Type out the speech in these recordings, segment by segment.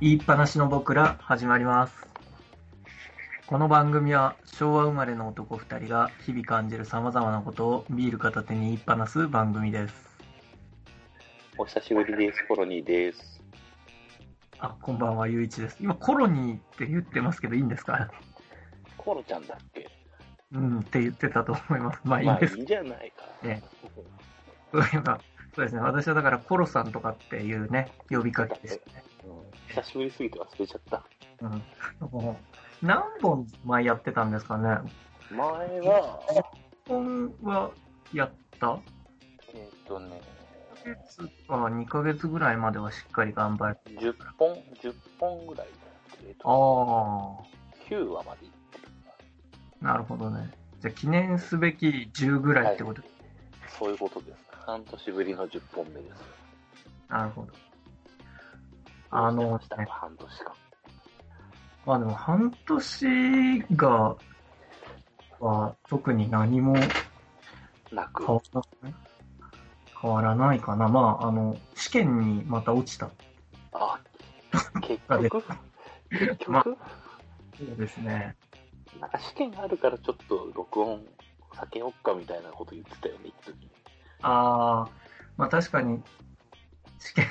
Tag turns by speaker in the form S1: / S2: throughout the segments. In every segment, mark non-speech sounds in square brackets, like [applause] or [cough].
S1: 言いっぱなしの僕ら始まりますこの番組は昭和生まれの男2人が日々感じるさまざまなことをビール片手に言いっぱなす番組です
S2: お久しぶりです。コロニーです。
S1: あこんばんはゆういちです今コロニーって言ってますけどいいんですか
S2: コロちゃんだっけ
S1: うんって言ってたと思いますまあいい
S2: ま
S1: ん
S2: あ
S1: で
S2: い
S1: す
S2: いじゃないか。
S1: ねそういえばそうですね私はだからコロさんとかっていうね呼びかけですよね
S2: うん久しぶりすぎて忘れちゃった。
S1: うんもう何本前やってたんですかね
S2: 前は、
S1: 本はやった
S2: えっ、とね、
S1: 1ヶ月か2ヶ月ぐらいまではしっかり頑張る。
S2: 10本、10本ぐらいだって、えっと、
S1: あ
S2: 9話まで行ってる。
S1: あ、なるほどね。じゃあ記念すべき10ぐらいってこと、
S2: そういうことです。半年ぶりの10本目です。
S1: なるほど。あの
S2: どうしてました
S1: ね
S2: か半年間。
S1: まあでも半年が、は特に何も
S2: なく、
S1: 変わらない変わらないかな。まあ、あの、試験にまた落ちた。
S2: あ、結
S1: [laughs]
S2: 局、結局、
S1: まそうですね。
S2: なんか試験があるからちょっと録音避けよっかみたいなこと言ってたよね、一時
S1: ああ、まあ確かに、試験、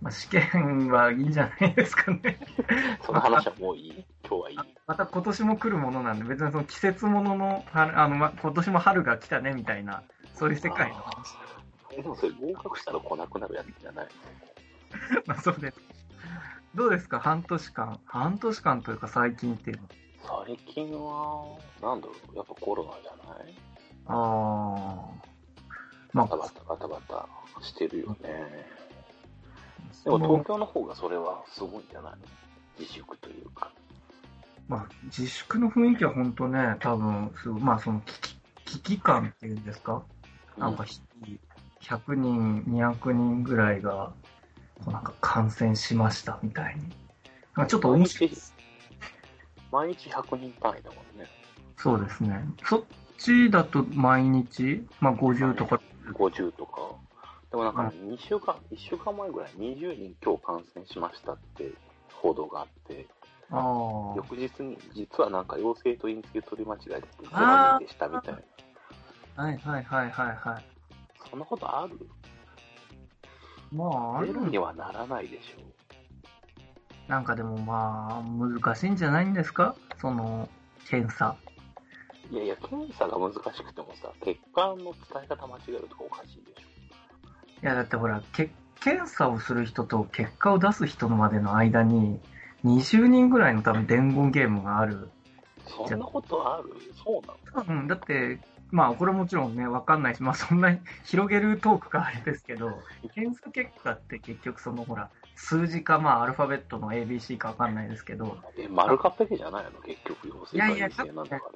S1: まあ試験はいいんじゃないですかね。
S2: その話はもういい。今日はいい。
S1: また今年も来るものなんで、別にその季節ものの、春あの、ま、今年も春が来たねみたいな、そういう世界の話、
S2: [laughs] えでもそれ合格したら来なくなるやつじゃない。
S1: [laughs] まあそうです。どうですか、半年間。半年間というか最近っていうの
S2: 最近は、なんだろう、やっぱコロナじゃない
S1: は。ああ。
S2: バ
S1: ま
S2: タ
S1: あ、
S2: バタバタバタしてるよね。で
S1: そ
S2: も
S1: の
S2: 東京の方がそれはすごいんじゃないの自粛というか。
S1: まあ、自粛の雰囲気は本当ね、多分、すごいまあその危機、危機感っていうんですかなんか
S2: う
S1: ひ100人、200人ぐらいが、こうなんか感染しましたみたいに。なんかちょっと面白いです。
S2: 毎日100人単位だもんね。
S1: そうですね。そっちだと毎日、まあ50とか、
S2: 50とか。でもなんか、
S1: う
S2: ね、2週間、1週間前ぐらい、20人今日感染しましたって報道があって、
S1: ああ、
S2: 翌日に、実はなんか陽性と陰性取り間違えてて、
S1: あー
S2: 0人でしたみたいな。
S1: はいはいはいはいは
S2: そんなことある
S1: い。まあ、あ
S2: ゼ
S1: る
S2: ロにはならないでしょ
S1: なんかでもまあ、難しいんじゃないんですかその、検査。
S2: う。いやいや、検査が難しくてもさ、血管の使い方間違えるとかおかしいでし
S1: いやだってほら、け検査をする人と結果を出す人のまでの間に、20人ぐらいの多分伝言ゲームがある。
S2: ょ。そんなことあるそうなの
S1: うん、だって、まあ、これもちろんね、わかんないし、まあ、そんな [laughs] 広げるトークがあれですけど、検査結果って結局、そのほら、数字か、まあ、アルファベットの ABC かわかんないですけど、
S2: え、丸かっぺけじゃないの結局、陽性か
S1: いやいや
S2: 陰性なんだから。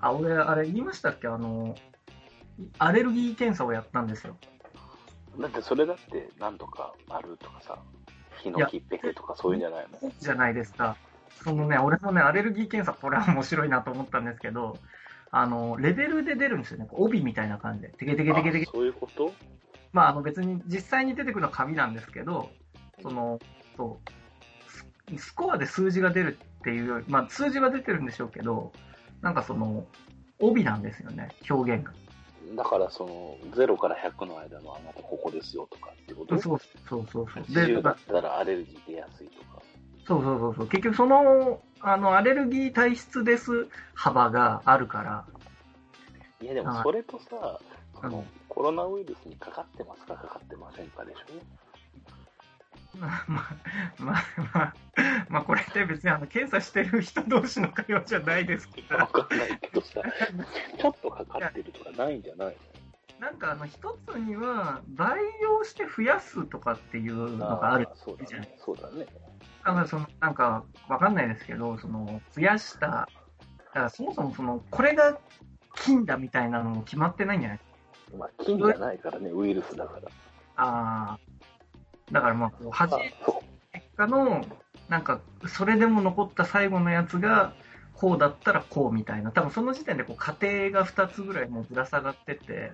S1: あ、俺、あれ、言いましたっけ、あの、アレルギー検査をやったんですよ。
S2: だってそれだって、なんとか丸とかさ、ヒノキっぺけとかそういうんじゃないの
S1: じゃないですか。そのね、俺もね、アレルギー検査、これは面白いなと思ったんですけど、あの、レベルで出るんですよね。こう帯みたいな感じで。テケテケテケテケ
S2: あ。そういうこと
S1: まあ、あの別に実際に出てくるのは紙なんですけど、その、そう、ススコアで数字が出るっていうより、まあ数字は出てるんでしょうけど、なんかその、帯なんですよね、表現が。
S2: だからその、0から100の間のあなたここですよとかってこと
S1: そうそうそうそう。で、
S2: 10だ
S1: だ
S2: ったらアレルギー出やすいとか。
S1: そうそうそうそう。結局その、あの、アレルギー体質です幅があるから、 [laughs]
S2: いやで
S1: は
S2: も
S1: い
S2: それとさ、そ
S1: うん
S2: のコロナウイルスにかかってますか、かかってませんかでしょ
S1: まあ、まあ、まあ、まあ、これって別にあの、検査してる人同士の会話じゃないですけど。
S2: わかんないけど
S1: [laughs]
S2: さ、ちょっとかかってるとかないんじゃない
S1: なんかあの一つには培養して増やすとかっていうの
S2: の
S1: がある
S2: あーそうだね。そうだね。
S1: だからそのなんかわかんないですけどその増やしただからそもそもそのこれが菌だみたいなのも決まってないんじゃない
S2: まあ、菌じゃないからね、ウイルスだから。
S1: ああだからまあこう初
S2: あ
S1: めて
S2: そう
S1: のなんかそれでも残った最後のやつがこうだったらこうみたいな多分その時点でこう過程が2つぐらいもうぶら下がってて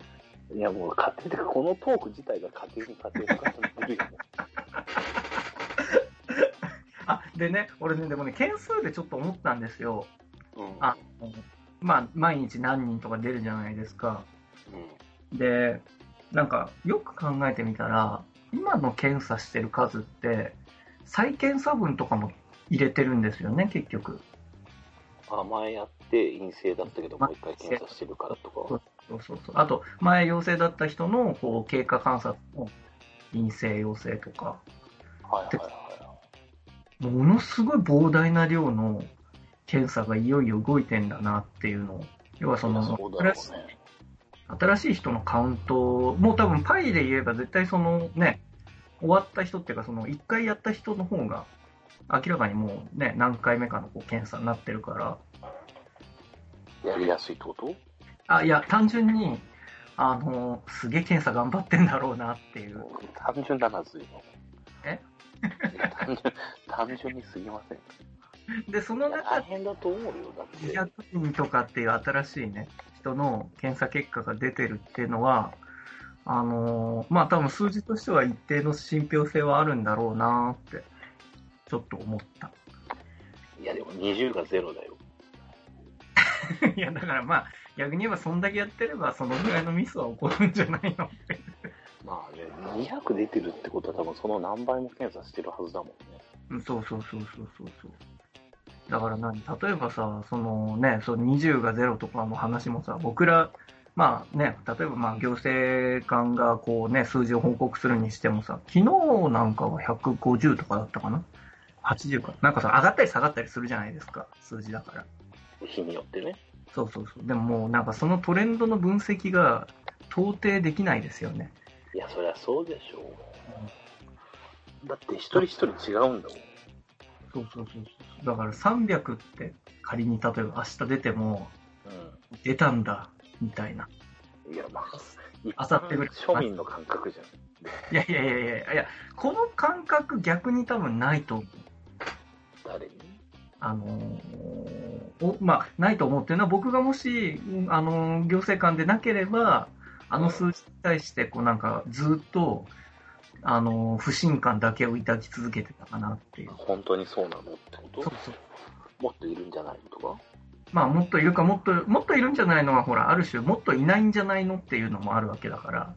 S2: いやもう家庭でこのトーク自体が家庭に家庭に家庭に無理よね
S1: あでね、俺ね、でもね、件数でちょっと思ったんですよ。
S2: うん。
S1: あのまあ、毎日何人とか出るじゃないですか。
S2: うん。
S1: で、なんか、よく考えてみたら、今の検査してる数って、再検査分とかも入れてるんですよね、結局。
S2: あ、前やって陰性だったけど、もう一回検査してるからとか。
S1: そうそうそう。あと、前陽性だった人の、こう、経過観察の陰性、陽性とか、
S2: はいはいは。
S1: ものすごい膨大な量の検査がいよいよ動いてんだなっていうのを。要はいその、
S2: そうだろうね。
S1: 新しい人のカウント、もう多分パイで言えば絶対そのね、終わった人っていうかその1回やった人の方が明らかにもうね、何回目かのこう検査になってるから、
S2: やりやすいってこと
S1: あ、いや、単純に、あの、すげえ検査頑張ってんだろうなっていう。
S2: 単純だな、ずいぶん。
S1: え
S2: いや単純、 [laughs] 単純にすぎません。
S1: で、その
S2: いや
S1: 中
S2: 大
S1: で
S2: 変だと思うよ、だって。
S1: 200人とかっていう新しいね、人の検査結果が出てるっていうのは、あのまあ多分数字としては一定の信憑性はあるんだろうなって、ちょっと思った。
S2: いや、でも20がゼロだよ。
S1: [laughs] いや、だからまあ、逆に言えば、そんだけやってれば、そのぐらいのミスは起こるんじゃないのって。
S2: まあね、200出てるってことは多分その何倍も検査してるはずだもんね。
S1: うんそうそうそうそうそうそう。だから何例えばさ、そのね、その20が0とかの話もさ、僕ら、まあね、例えばまあ行政官がこうね、数字を報告するにしてもさ、昨日なんかは150とかだったかな ?80 か。なんかさ、上がったり下がったりするじゃないですか、数字だから。
S2: 日によってね。
S1: そうそうそう。でももうなんかそのトレンドの分析が到底できないですよね。
S2: いや、そりゃそうでしょう。だって一人一人違うんだもん。
S1: そうそうそうそう。だから300って仮に例えば明日出ても、出たんだ、みたいな。
S2: うん。いや、まあ、一
S1: あさってぐらい
S2: 庶民の感覚じゃん。
S1: いやいやいやいやいや、この感覚逆に多分ないと思う。
S2: 誰に
S1: あのーおまあ、ないと思うっていうのは僕がもし、うんあのー行政官でなければ、あの数字に対して、こうなんかずっと、あのー不信感だけを抱き続けてたかなっていう。
S2: 本当にそうなのってこ
S1: そう
S2: と
S1: そう。
S2: もっといるんじゃないとか
S1: まあ、もっといるか、もっと、もっといるんじゃないのは、ほら、ある種、もっといないんじゃないのっていうのもあるわけだから、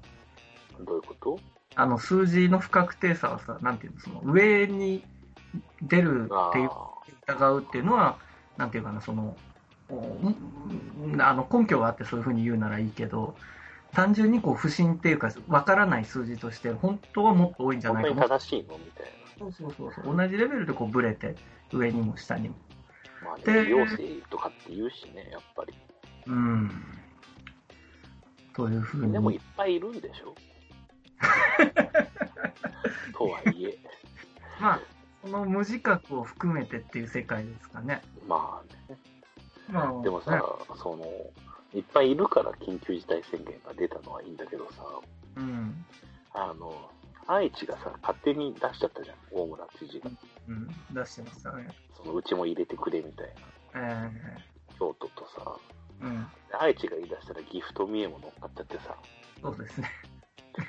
S2: どういうこと
S1: あの、数字の不確定さはさ、なんていうの、その、上に出る
S2: あ
S1: っていう、疑うっていうのは、なんていうかな、その、おんんあの根拠があってそういうふうに言うならいいけど、単純にこう不信っていうか、わからない数字として、本当はもっと多いんじ
S2: あ。
S1: ゃ
S2: 本
S1: ない
S2: 当
S1: か
S2: に
S1: も。
S2: 正しいのみたいな。
S1: そうそうそうそう。同じレベルでこうブレて、上にも下にも。
S2: まあ
S1: で
S2: ね、美容師とかって言うしね、やっぱり。
S1: うん。というふうに。
S2: でもいっぱいいるん
S1: [laughs]
S2: でしょとはいえ、
S1: まあ、その無自覚を含めてっていう世界ですかね。
S2: まあね。
S1: まあ、
S2: でもさ、その、いっぱいいるから緊急事態宣言が出たのはいいんだけどさ、
S1: うん。
S2: あの、愛知がさ、勝手に出しちゃったじゃん、大村知事が。
S1: うん。出してましたね。
S2: そのうちも入れてくれみたいな、
S1: えー、
S2: 京都とさ、
S1: うん。
S2: 愛知が言い出したら岐阜と三重も乗っかっちゃってさ、
S1: そうですね。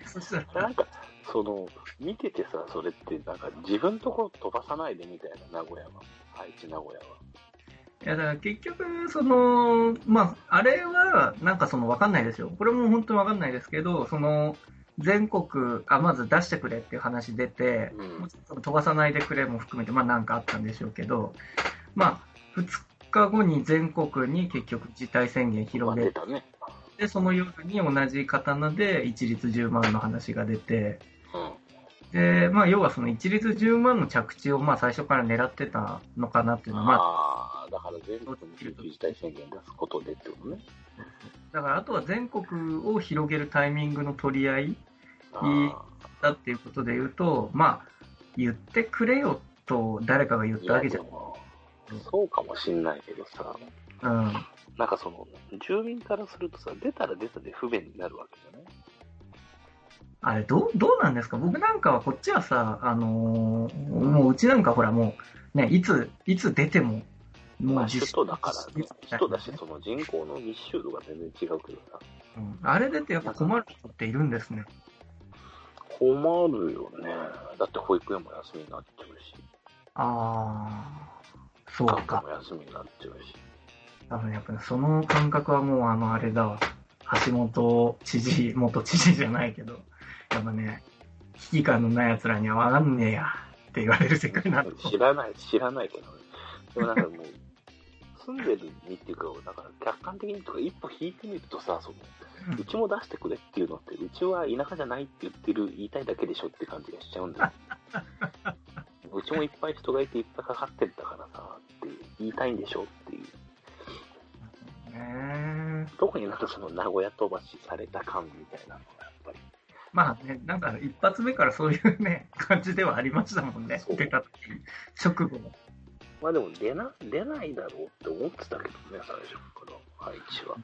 S1: そした
S2: な
S1: ら
S2: ん、か、その、見ててさ、それって、なんか自分とこ飛ばさないでみたいな、名古屋は。愛知、名古屋は。
S1: いやだから結局、その、まあ、あれは、なんかその、わかんないですよ。これも本当にわかんないですけど、その、全国、あ、まず出してくれっていう話出て、
S2: うん
S1: もうちょっと飛ばさないでくれも含めて、まあなんかあったんでしょうけど、まあ、2日後に全国に結局事態宣言
S2: まあ
S1: 広げ
S2: 出
S1: て
S2: たね。
S1: で、その夜に同じ刀で一律10万の話が出て、
S2: うん。
S1: で、まあ、要はその一律10万の着地を、まあ、最初から狙ってたのかなっていうのは、まあ、
S2: ああ、だから全国に緊急事態宣言出すことでってことね。
S1: だからあとは全国を広げるタイミングの取り合い
S2: あー
S1: だっていうことで言うと、まあ、言ってくれよと誰かが言っ
S2: い
S1: た
S2: や
S1: わけじ
S2: で
S1: ゃん。
S2: もそうかもしんないけどさ、
S1: うん。
S2: なんかその、住民からするとさ、出たら出たで不便になるわけじゃない
S1: あれ、どう、どうなんですか僕なんかはこっちはさ、あのーもううちなんかほらもう、ね、いつ、いつ出ても、
S2: ま
S1: も
S2: あ、
S1: う
S2: 首都だからね
S1: 自、粛
S2: 首都だし、その人口の密集度が全然違うけどさ、
S1: うんあれ出てやっぱ困る人っているんですね。
S2: 困るよね。だって保育園も休みになってるし。
S1: ああ、そう
S2: 韓
S1: か
S2: 国。も休みになっちゃうし。
S1: 多分やっぱね、その感覚はもうあのあれだわ。橋本知事、元知事じゃないけど、やっぱね、危機感のない奴らにはわかんねえやって言われる世界なんだ
S2: 知らない、知らないけどね。でもなんかもう、住んでる身っていうか、だから客観的にとか一歩引いてみるとさ、その、うちも出してくれっていうのって、うちは田舎じゃないって言ってる、言いたいだけでしょって感じがしちゃうんだよ。うちもいっぱい人がいていっぱいかかってんだからさ、って言いたいんでしょっていう。
S1: ねえ。
S2: 特になんかその名古屋飛ばしされた感みたいなのがやっぱり。
S1: まあね、なんか一発目からそういうね、感じではありましたもんね
S2: そ。う
S1: 出た時、直後の。
S2: まあでも出な、出ないだろうって思ってたけどね、最初から、愛知は。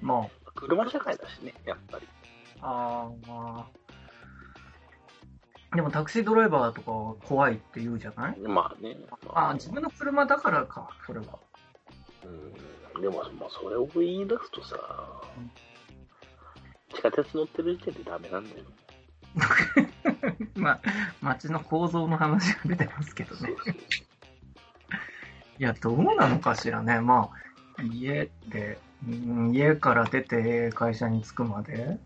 S1: もう、
S2: 車社会だしね、やっぱり。
S1: あーまあ。でもタクシードライバーとかは怖いって言うじゃない
S2: まあね。
S1: ああ、自分の車だからか、それは。 [laughs]
S2: うんでも、まあ、それを言い出すとさ、地下鉄乗ってる時点でダメなんだよ。
S1: まあ、街の構造の話が出てますけど
S2: そう
S1: ね。
S2: そう
S1: いや、どうなのかしらね。まあ、家で、うん家から出て会社に着くまで。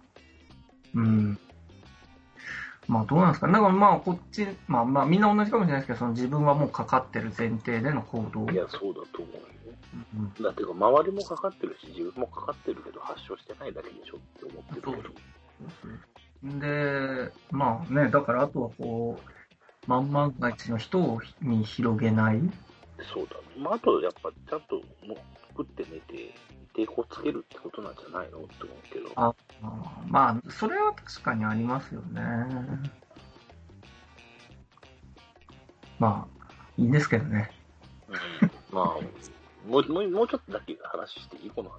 S1: うん。まあ、どうなんですか。なんかまあ、こっち、まあまあ、みんな同じかもしれないですけど、その自分はもうかかってる前提での行動。
S2: いや、そうだと思うよ。
S1: うん
S2: だってか、周りもかかってるし、自分もかかってるけど、発症してないだけでしょって思ってるけど。
S1: で、まあね、だからあとはこう、万万が一の人をに広げない。
S2: そうだ、ね。まあ、あと、やっぱ、ちゃんと、もう、食って寝て、抵抗つけるってことなんじゃないのって思うけど。
S1: ああーまあ、それは確かにありますよね。まあ、いいんですけどね。
S2: うんまあ、もう、もう、もうちょっとだけ話していいこの話。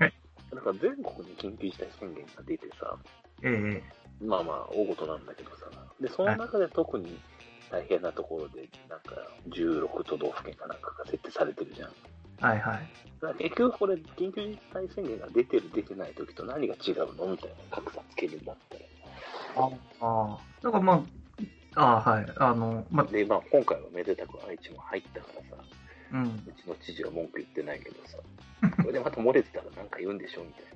S1: はい
S2: なんか、全国に緊急事態宣言が出てさ、
S1: え
S2: まあまあ、大事なんだけどさ。で、その中で特に大変なところで、なんか、16都道府県かなんかが設定されてるじゃん。
S1: えはいはい。
S2: だから結局これ、緊急事態宣言が出てる、出てない時と何が違うのみたいな格差つけるんだったら。
S1: ああー。だからまあ、ああ、はい。あの、まあ、
S2: で、まあ、今回はめでたく愛知も入ったからさ、
S1: うん。
S2: うちの知事は文句言ってないけど
S1: [laughs]
S2: さ、これでまた漏れてたらなんか言うんでしょみたいな。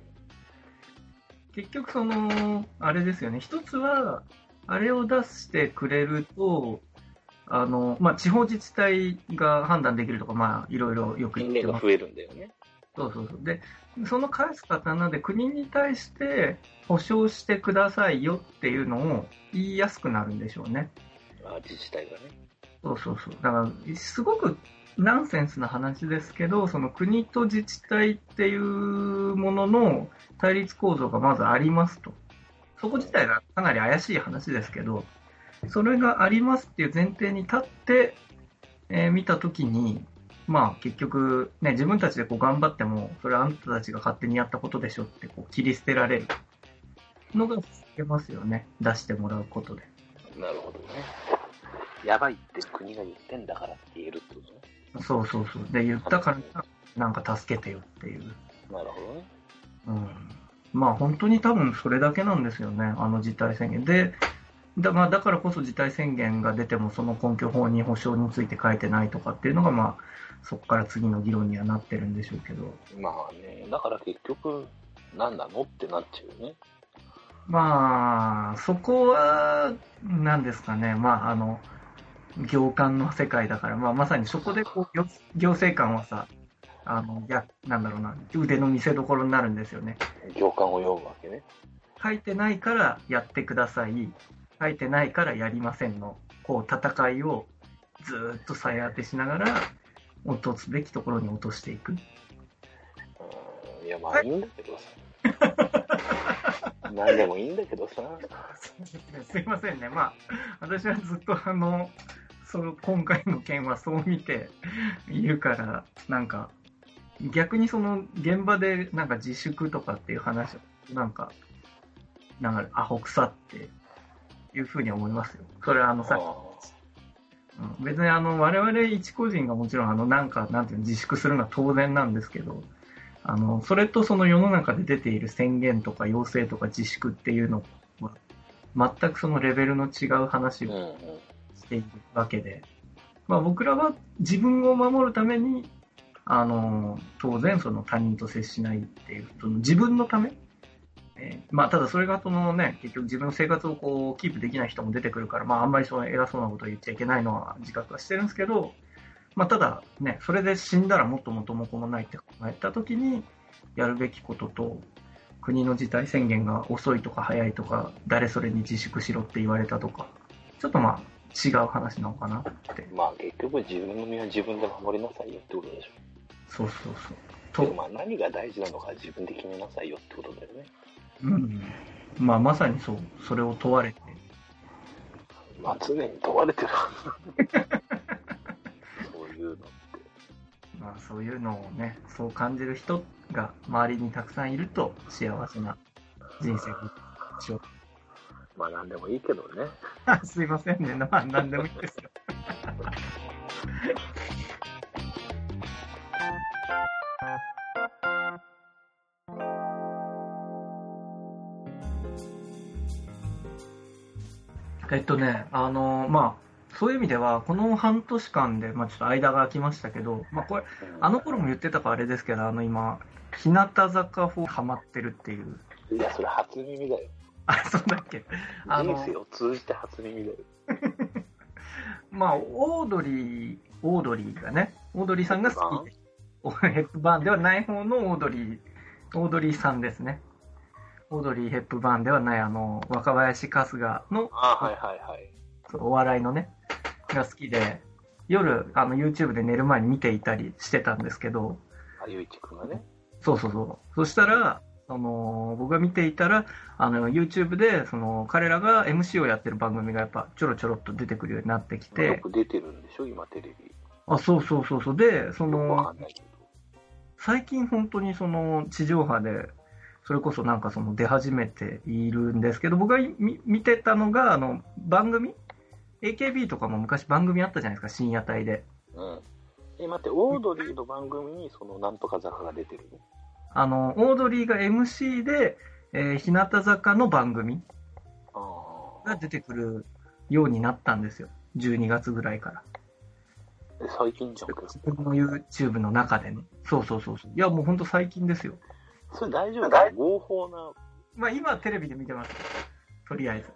S1: 結局その、あれですよね。一つは、あれを出してくれると、あの、まあ、地方自治体が判断できるとか、まあ、いろいろよく言
S2: 人
S1: って
S2: 間
S1: ま
S2: が
S1: す
S2: 増えるんだよね。
S1: そうそうそう。で、その返す刀で国に対して保証してくださいよっていうのを言いやすくなるんでしょうね。
S2: あ自治体がね。
S1: そうそうそう。だから、すごくナンセンスな話ですけど、その国と自治体っていうものの対立構造がまずありますと。そこ自体がかなり怪しい話ですけど、それがありますっていう前提に立って、えー見たときに、まあ結局、ね、自分たちでこう頑張っても、それはあんたたちが勝手にやったことでしょってこう切り捨てられるのが防げますよね。出してもらうことで。
S2: なるほどね。やばいって国が言ってんだからって言えるってことね。
S1: そうそうそう。で、言ったから、なんか助けてよっていう。
S2: なるほどね。
S1: うん、まあ本当に多分それだけなんですよね、あの事態宣言。で、だ,、まあ、だからこそ事態宣言が出ても、その根拠法に保証について書いてないとかっていうのが、まあ、そこから次の議論にはなってるんでしょうけど、
S2: まあね、だから結局、何なのってなっちゃうよね。
S1: まあ、そこは、なんですかね、まあ、あの、行間の世界だから、まあ、まさにそこでこう行行政官はさ、あのやなんだろうな、腕の見せ所になるんですよね。
S2: 行間を読むわけね。
S1: 書いてないからやってください書いてないからやりませんのこう戦いをずーっと再当てしながら落とすべきところに落としていく
S2: うん、いや、まあいいんだけ [laughs] どさ。何でもいいんだけどさ。
S1: すいませんねまあ私はずっとあのその今回の件はそう見ているからなんか逆にその現場でなんか自粛とかっていう話なんかなんかアホ臭っていうふうに思いますよそれはあのさっきうん別にあの我々一個人がもちろんあのなんかなんていうの自粛するのは当然なんですけどあのそれとその世の中で出ている宣言とか要請とか自粛っていうのは全くそのレベルの違う話
S2: うんう
S1: を
S2: ん。
S1: しっているわけで、まあ、僕らは自分を守るためにあの当然その他人と接しないっていうその自分のため、えーまあ、ただそれがその、ね、結局自分の生活をこうキープできない人も出てくるから、まあ、あんまりその偉そうなことを言っちゃいけないのは自覚はしてるんですけど、まあ、ただ、ね、それで死んだらもっと元も子もないって考えた時にやるべきことと国の事態宣言が遅いとか早いとか誰それに自粛しろって言われたとかちょっとまあ違う話なのかなって
S2: まあ結局自分の身は自分で守りなさいよってことでしょ。
S1: そうそうそ
S2: で
S1: う
S2: も
S1: と、
S2: まあ何が大事なのか自分で決めなさいよってことだよね。
S1: うんまあ、まさにそうそれを問われて
S2: まあ常に問われ [laughs] てるはずそういうのって。
S1: まあ、そういうのをね、そう感じる人が周りにたくさんいると幸せな人生にしよ
S2: まあ何でもいいけどね。
S1: う。 [laughs] すいませんね、まあ、なんでもいいですよ。 [laughs] えっとね、あのまあ、そういう意味では、この半年間で、まあ、ちょっと間が空きましたけど、まあ、これ、あの頃も言ってたからあれですけど、あの今、日向坂4ハマってるっていう。
S2: いや、それ初耳だよ。
S1: あ、そうだっけあ
S2: 人
S1: の、
S2: 生を通じて初耳だよ。
S1: まあ、オードリー、オードリーがね、オードリーさんが好きで、おヘップバーンではない方のオードリー、オードリーさんですね。オードリー・ヘップバーンではない、あの、若林春日の
S2: あはいはいはい。
S1: そうお笑いのね、が好きで、夜、あの、YouTube で寝る前に見ていたりしてたんですけど、
S2: あゆういちくんがね。
S1: そうそうそう。そしたら、その僕が見ていたら、あの YouTube でその彼らが MC をやってる番組がやっぱちょろちょろっと出てくるようになってき
S2: よ
S1: て、
S2: く出てるんでしょ、今テレビ。
S1: あ、そうそうそうそう。で、そ
S2: よくわか
S1: の
S2: んないけど。
S1: 最近本当にその地上波でそれこそなんかその出始めているんですけど、僕が見見てたのがあの番組 AKB とかも昔番組あったじゃないですか、深夜帯で。
S2: うん。え、待って、オードリーの番組に、その、なんとか坂が出てるの
S1: あの、オードリーが MC で、えー日向坂の番組
S2: あ
S1: が出てくるようになったんですよ。12月ぐらいから。
S2: あ。え最近じゃん、結
S1: 自
S2: 構
S1: 分の YouTube の中でね。そうそうそうそう。いや、もう本当最近ですよ。
S2: それ大丈夫だ合法な、
S1: まあ今はテレビで見てます。とりあえず。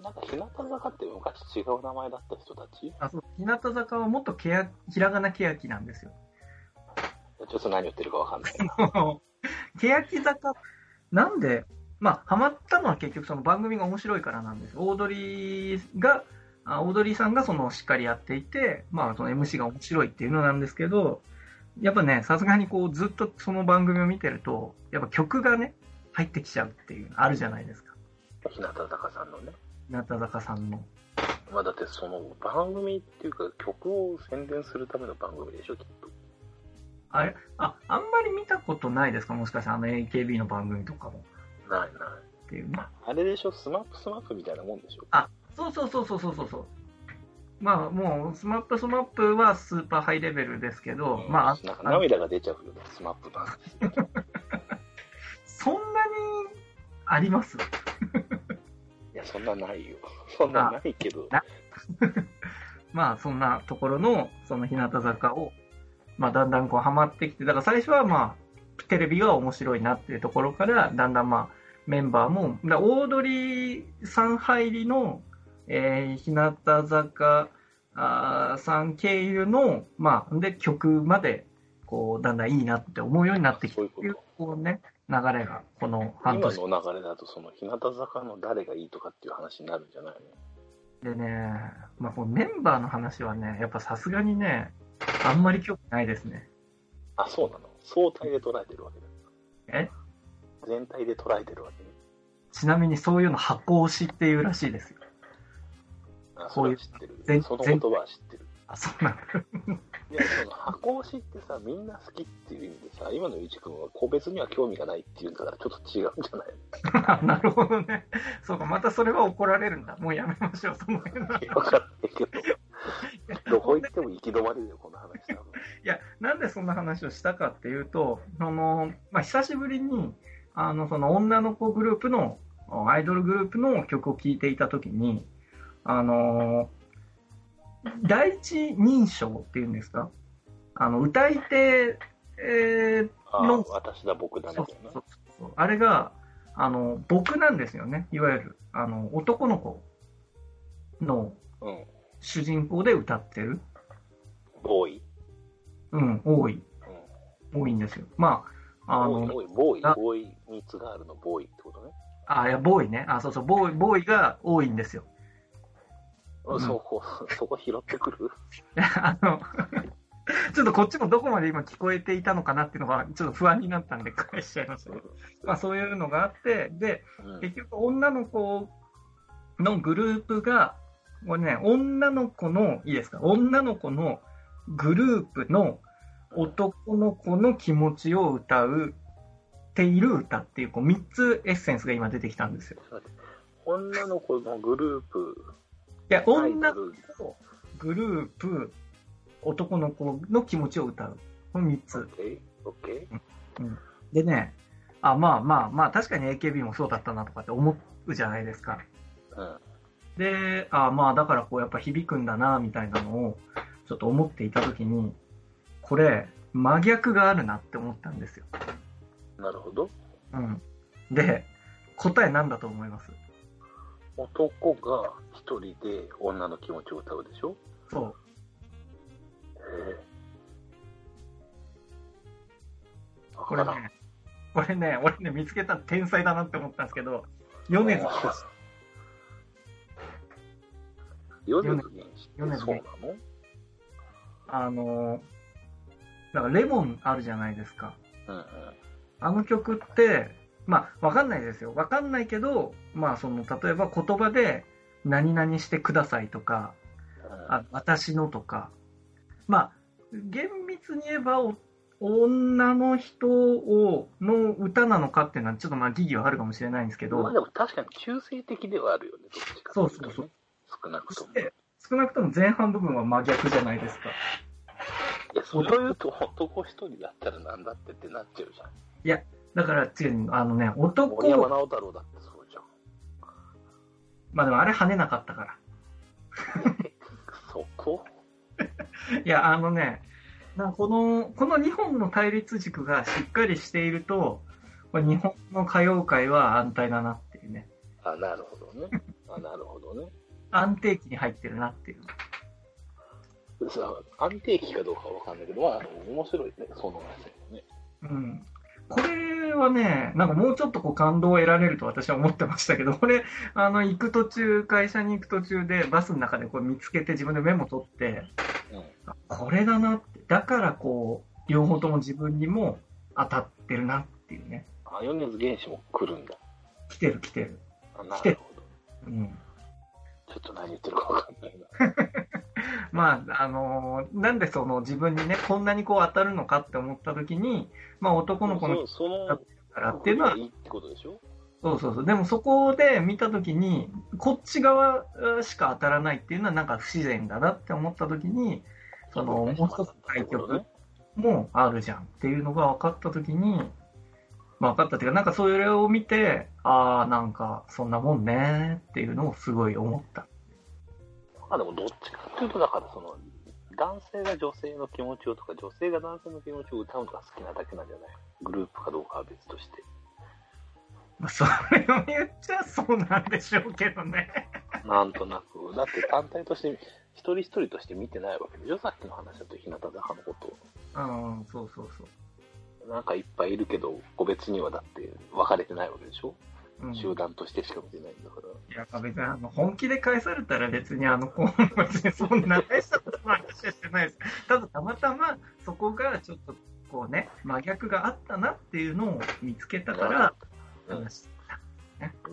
S2: なんか、日向坂って昔違う名前だった人たち
S1: あ、そう。日向坂はもっとけや、ひらがなけやきなんですよ。
S2: ちょっと何言ってるかわ
S1: [laughs]
S2: かんないな。
S1: けやき坂。なんで、まあハマったのは結局その番組が面白いからなんです。オードリーが、あオードリーさんがそのしっかりやっていて、まあその MC が面白いっていうのなんですけど、やっぱね、さすがにこうずっとその番組を見てると、やっぱ曲がね、入ってきちゃうっていうのあるじゃないですか。
S2: 日向坂さんのね。
S1: 日向坂さんの。
S2: まあ、だって、その、番組っていうか、曲を宣伝するための番組でしょ、きっと。
S1: あれあ、あんまり見たことないですかもしかしてあの AKB の番組とかも
S2: ないない。
S1: っていう。まあ
S2: あれでしょ、スマップスマップみたいなもんでしょ。
S1: そうそうそうそうそうそうそう。まあもう、スマップスマップはスーパーハイレベルですけど、まあ
S2: なんか
S1: あの、
S2: 涙が出ちゃうよね、スマップの話。
S1: そんなにあります
S2: いや、そんなないよ。
S1: [laughs]
S2: そんなないけど。
S1: まあそんなところの、その日向坂を、まあだんだんこうハマってきて、だから最初はまあ、テレビは面白いなっていうところから、だんだんまあ、メンバーも、だからオードリーさん入りの、えー日向坂あーさん経由の、まあ、で、曲まで、こう、だんだんいいなって思うようになってきて
S2: そう
S1: る
S2: いうこと
S1: こうね、流れが、この半
S2: 今
S1: 年
S2: の流れだと、その日向坂の誰がいいとかっていう話になるんじゃない
S1: で
S2: の
S1: ね、まあ、このメンバーの話はね、やっぱさすがにね、あんまり興味ないですね。
S2: あ、そうなの相対で捉えてるわけだ。
S1: え
S2: 全体で捉えてるわけね。
S1: ちなみにそういうの箱押しっていうらしいですよ。
S2: あ、
S1: こ
S2: そう
S1: いう
S2: れは知って
S1: 全
S2: る。その言葉は知ってる。
S1: あ、そうなんだ。
S2: いや、その箱推しってさ、みんな好きっていう意味でさ、今のゆういちくんは個別には興味がないっていうんだから、ちょっと違うんじゃない
S1: [laughs] あなるほどね。そうか、またそれは怒られるんだ。もうやめましょう、その辺は。
S2: のわかんないけ
S1: [laughs]
S2: ど、どこ行っても行き止まりだよ、この話多分。
S1: いや、なんでそんな話をしたかっていうと、そのまあ、久しぶりにあのその女の子グループの、アイドルグループの曲を聴いていたときに、あの第一人称っていうんですかあの、歌い手、えー
S2: あ
S1: の
S2: ー私だ、僕だみ
S1: そう
S2: たい
S1: そう
S2: な
S1: そ。うそうあれが、あの、僕なんですよね。いわゆる、あの、男の子の
S2: うん。
S1: 主人公で歌ってる。
S2: ボーイ。
S1: うん、多い。
S2: うん
S1: 多いんですよ。まあ、あの、
S2: ボーイ、ボーイ、
S1: あ
S2: ボーイ、ミーツガールのボーイってことね。
S1: あ、いや、ボーイね。あ、そうそう、ボーイ、ボーイが多いんですよ。 [laughs] うん
S2: そこ、そこ拾ってくる
S1: あの、 [laughs] ちょっとこっちもどこまで今聞こえていたのかなっていうのが、ちょっと不安になったんで返しちゃいましたけど。まあそういうのがあって、で、
S2: うん
S1: 結局女の子のグループが、これね、女の子の、いいですか、女の子のグループの男の子の気持ちを歌う、っている歌っていう、こう3つエッセンスが今出てきたんですよ。
S2: 女の子のグループ、
S1: いや、女の
S2: タイトル
S1: 子のグループ、男の子の気持ちを歌う。この3つ。
S2: オッケーオッケ
S1: でね、あ、まあまあまあ、確かに AKB もそうだったなとかって思うじゃないですか。
S2: ーうん。
S1: で、あ、まあだからこうやっぱ響くんだな、みたいなのをちょっと思っていたときに、これ、真逆があるなって思ったんですよ。
S2: なるほど。
S1: うん。で、答えなんだと思います
S2: 男が一人で女の気持ちを歌うでしょ
S1: そう。
S2: えー。
S1: これね、これね、俺ね、見つけた天才だなって思ったんですけど、米津玄師。
S2: ヨネズ原始
S1: 米
S2: って
S1: 津
S2: そう
S1: 玄
S2: なの
S1: あのー、だからレモンあるじゃないですか。
S2: うんうん。
S1: あの曲って、まあ、わかんないですよ。わかんないけど、まあ、その、例えば言葉で、何々してくださいとか、あ私のとか、まあ、厳密に言えばお、女の人を、の歌なのかっていうのは、ちょっとまあ、疑義はあるかもしれないんですけ
S2: うんまあ
S1: ど、
S2: でも確かに中性的ではあるよね、どっちかっていと
S1: そうそ
S2: ね
S1: うそう。
S2: 少なくと
S1: そ
S2: も
S1: し。て、少なくとも前半部分は真逆じゃないですか。
S2: いや、それを言うと男一人だったらなんだってってなっちゃうじゃん。
S1: だから、次に、あのね、男
S2: 森山
S1: を、
S2: 直太朗だってそうじゃん。
S1: まあでもあれ跳ねなかったから。
S2: そこ
S1: いや、あのね、なこの、この2本の対立軸がしっかりしていると、これ日本の歌謡界は安泰だなっていうね、
S2: あ、なるほどね。あ、なるほどね。
S1: 安定期に入ってるなっていう。
S2: さ安定期かどうかはわかんないけど、まあ、面白いね、その話ね。
S1: うん。これはね、なんかもうちょっとこう感動を得られると私は思ってましたけど、 [laughs] これ、あの、行く途中、会社に行く途中で、バスの中でこれ見つけて自分でメモ取って、
S2: うん。
S1: これだなって、だからこう、両方とも自分にも当たってるなっていうね。
S2: あ、米津玄師も来るんだ。
S1: 来てる来てる。
S2: あ、なる
S1: [laughs]
S2: ほど。
S1: うん。
S2: ちょっと何言ってるかわかんないな。
S1: まあ、あのーなんでその自分にね、こんなにこう当たるのかって思った時に、まあ男の子の
S2: そうその、
S1: 力っていうのは、
S2: いいってことでしょ
S1: そうそうそう。でもそこで見た時に、こっち側しか当たらないっていうのはなんか不自然だなって思った時に、その、もう一つ対局。もあるじゃんっていうのが分かった時に、まあ分かったっていうか、なんかそれを見て、ああ、なんかそんなもんねっていうのをすごい思った。
S2: まあでもどっちかっていうと、だからその、男性が女性の気持ちをとか、女性が男性の気持ちを歌うのが好きなだけなんじゃないグループかどうかは別として。
S1: まあそれを言っちゃそうなんでしょうけどね。
S2: なんとなく。だって単体として、一人一人として見てないわけでしょさっきの話だと日向坂のこと
S1: うん、そうそうそう。
S2: なんかいっぱいいるけど、個別にはだって分かれてないわけでしょ、
S1: うん、い
S2: 集団としてしか見てないんだから。
S1: や別にあの本気で返されたら別にあのこう別にそんな大したことの話はしてないですただたまたまそこがちょっとこうね真逆があったなっていうのを見つけたから
S2: うん
S1: 話し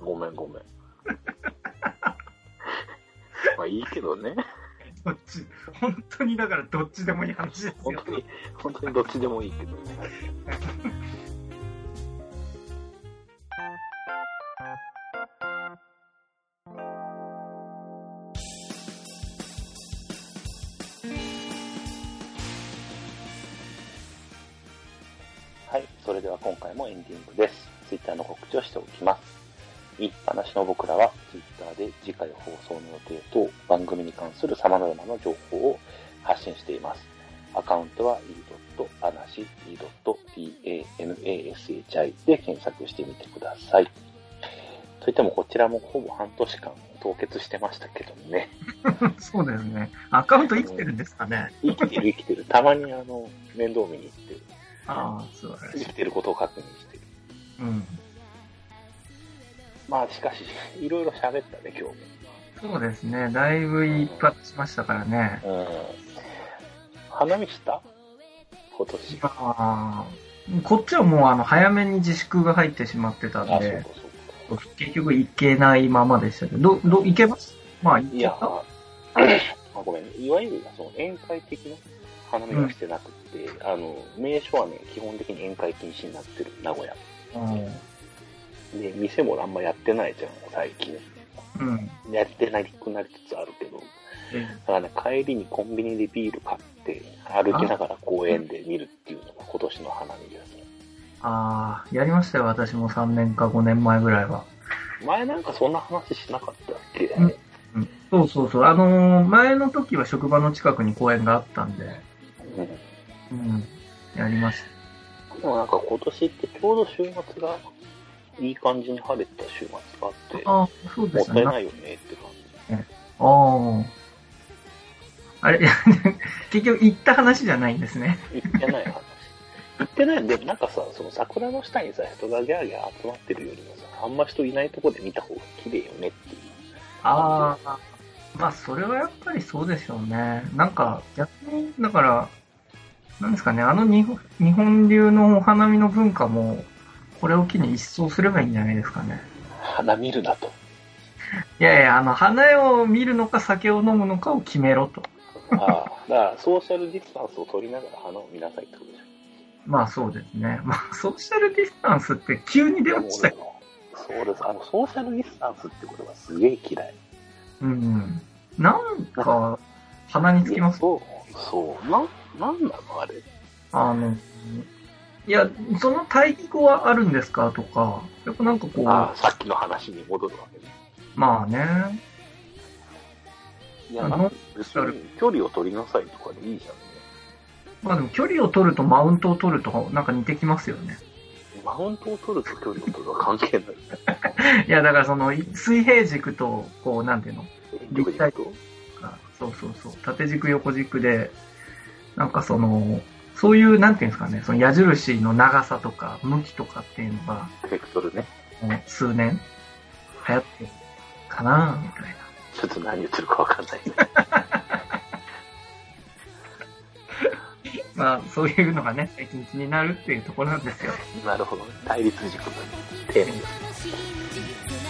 S2: ごめんごめん。 [laughs] まあいいけどね。
S1: どっち本当にだからどっちでもいい話です
S2: 本
S1: よ
S2: 当に、本当にどっちでもいいけどね。はい、それでは今回もエンディングです。Twitter の告知をしておきます。いっぱなしの僕らは Twitter で次回放送の予定と番組に関する様々な情報を発信しています。アカウントは e.anashi e.panashi で検索してみてください。といってもこちらもほぼ半年間凍結してましたけどね。
S1: そうですね。アカウント生きてるんですかね。
S2: 生きてる生きてる。たまにあの、面倒見に行ってる。
S1: ああ、素晴らし
S2: 生
S1: い。
S2: きてることを確認してる。
S1: うん。
S2: まあしかし、いろいろ喋ったね、今日も。
S1: そうですね。だいぶいっぱいしましたからね。
S2: うん。花見した今年。
S1: あーこっちはもうあの早めに自粛が入ってしまってたん
S2: あ、そうか
S1: で、
S2: そうか。
S1: 結局行けないままでしたけど、ど、ど行けますまあ、行
S2: い
S1: け
S2: や、
S1: た
S2: あごめん、いわゆるその宴会的な花見はしてなくって、あの、名所はね、基本的に宴会禁止になってる、名古屋。
S1: うん
S2: で、店もあんまやってないじゃん、最近。
S1: うん。
S2: やってなくなりつつあるけど。だからね、帰りにコンビニでビール買って、歩きながら公園で見るっていうのが今年の花見ですね。
S1: ああ、やりましたよ、私も3年か5年前ぐらいは。
S2: 前なんかそんな話しなかったっけ、
S1: んそうそうそう、あのー前の時は職場の近くに公園があったんで、
S2: うん
S1: うん、やりまし
S2: でもなんか今年ってちょうど週末がいい感じに晴れた週末があって、
S1: た。ああ、そう
S2: も
S1: で
S2: っ
S1: した
S2: た
S1: ね。
S2: い
S1: あ
S2: ないよねって感
S1: あ。あれ、いや [laughs] 結局行った話じゃないんですね。
S2: じ。行ってない話。行ってない。でもなんかさ、その桜の下にさ、人がギャーギャー集まってるよりもさ、あんま人いないとこで見た方が綺麗よねっていう。
S1: ああ、まあ、それはやっぱりそうでしょうね。なんか、逆に、だから、なんですかね、あの日本日本流のお花見の文化も、これを機に一掃すればいいんじゃないですかね。
S2: 花見る
S1: [laughs]
S2: なと。
S1: いやいや、あの、花絵を見るのか酒を飲むのかを決めろと。
S2: ああ、だからソーシャルディスタンスを取りながら花を見なさいってことじゃん。
S1: まあそうですね。まあソーシャルディスタンスって急に出落ちたよ。
S2: そうです。あの、ソーシャルディスタンスってことがすげえ嫌い。
S1: うんうん。なんか、鼻につきます。
S2: そう。そう。な、なんなのあれ。
S1: あの、いや、その対義語はあるんですかとか、やっぱなんかこう、
S2: ああ、さっきの話に戻るわけね。
S1: まあね。
S2: いや、
S1: あ
S2: な
S1: の
S2: んか別に距離を取りなさいとかでいいじゃんね。
S1: まあでも距離を取るとマウントを取るとなんか似てきますよね。
S2: マウントを取ると距離を取るは関係ない。
S1: いや、だからその水平軸と、こう、なんていうの立体
S2: と。
S1: あそうそうそう、縦軸、横軸で、なんかその、そういう、なんていうんですかね、その矢印の長さとか、向きとかっていうのが、
S2: ベクトルね。
S1: もう数年、流行ってるかな、みたいな。
S2: ちょっと何言ってるかわかんないね。
S1: まあ、そういうのがね、最近気になるっていうところなんですよ。
S2: なるほどね。対立軸のテーマです。
S3: 「真実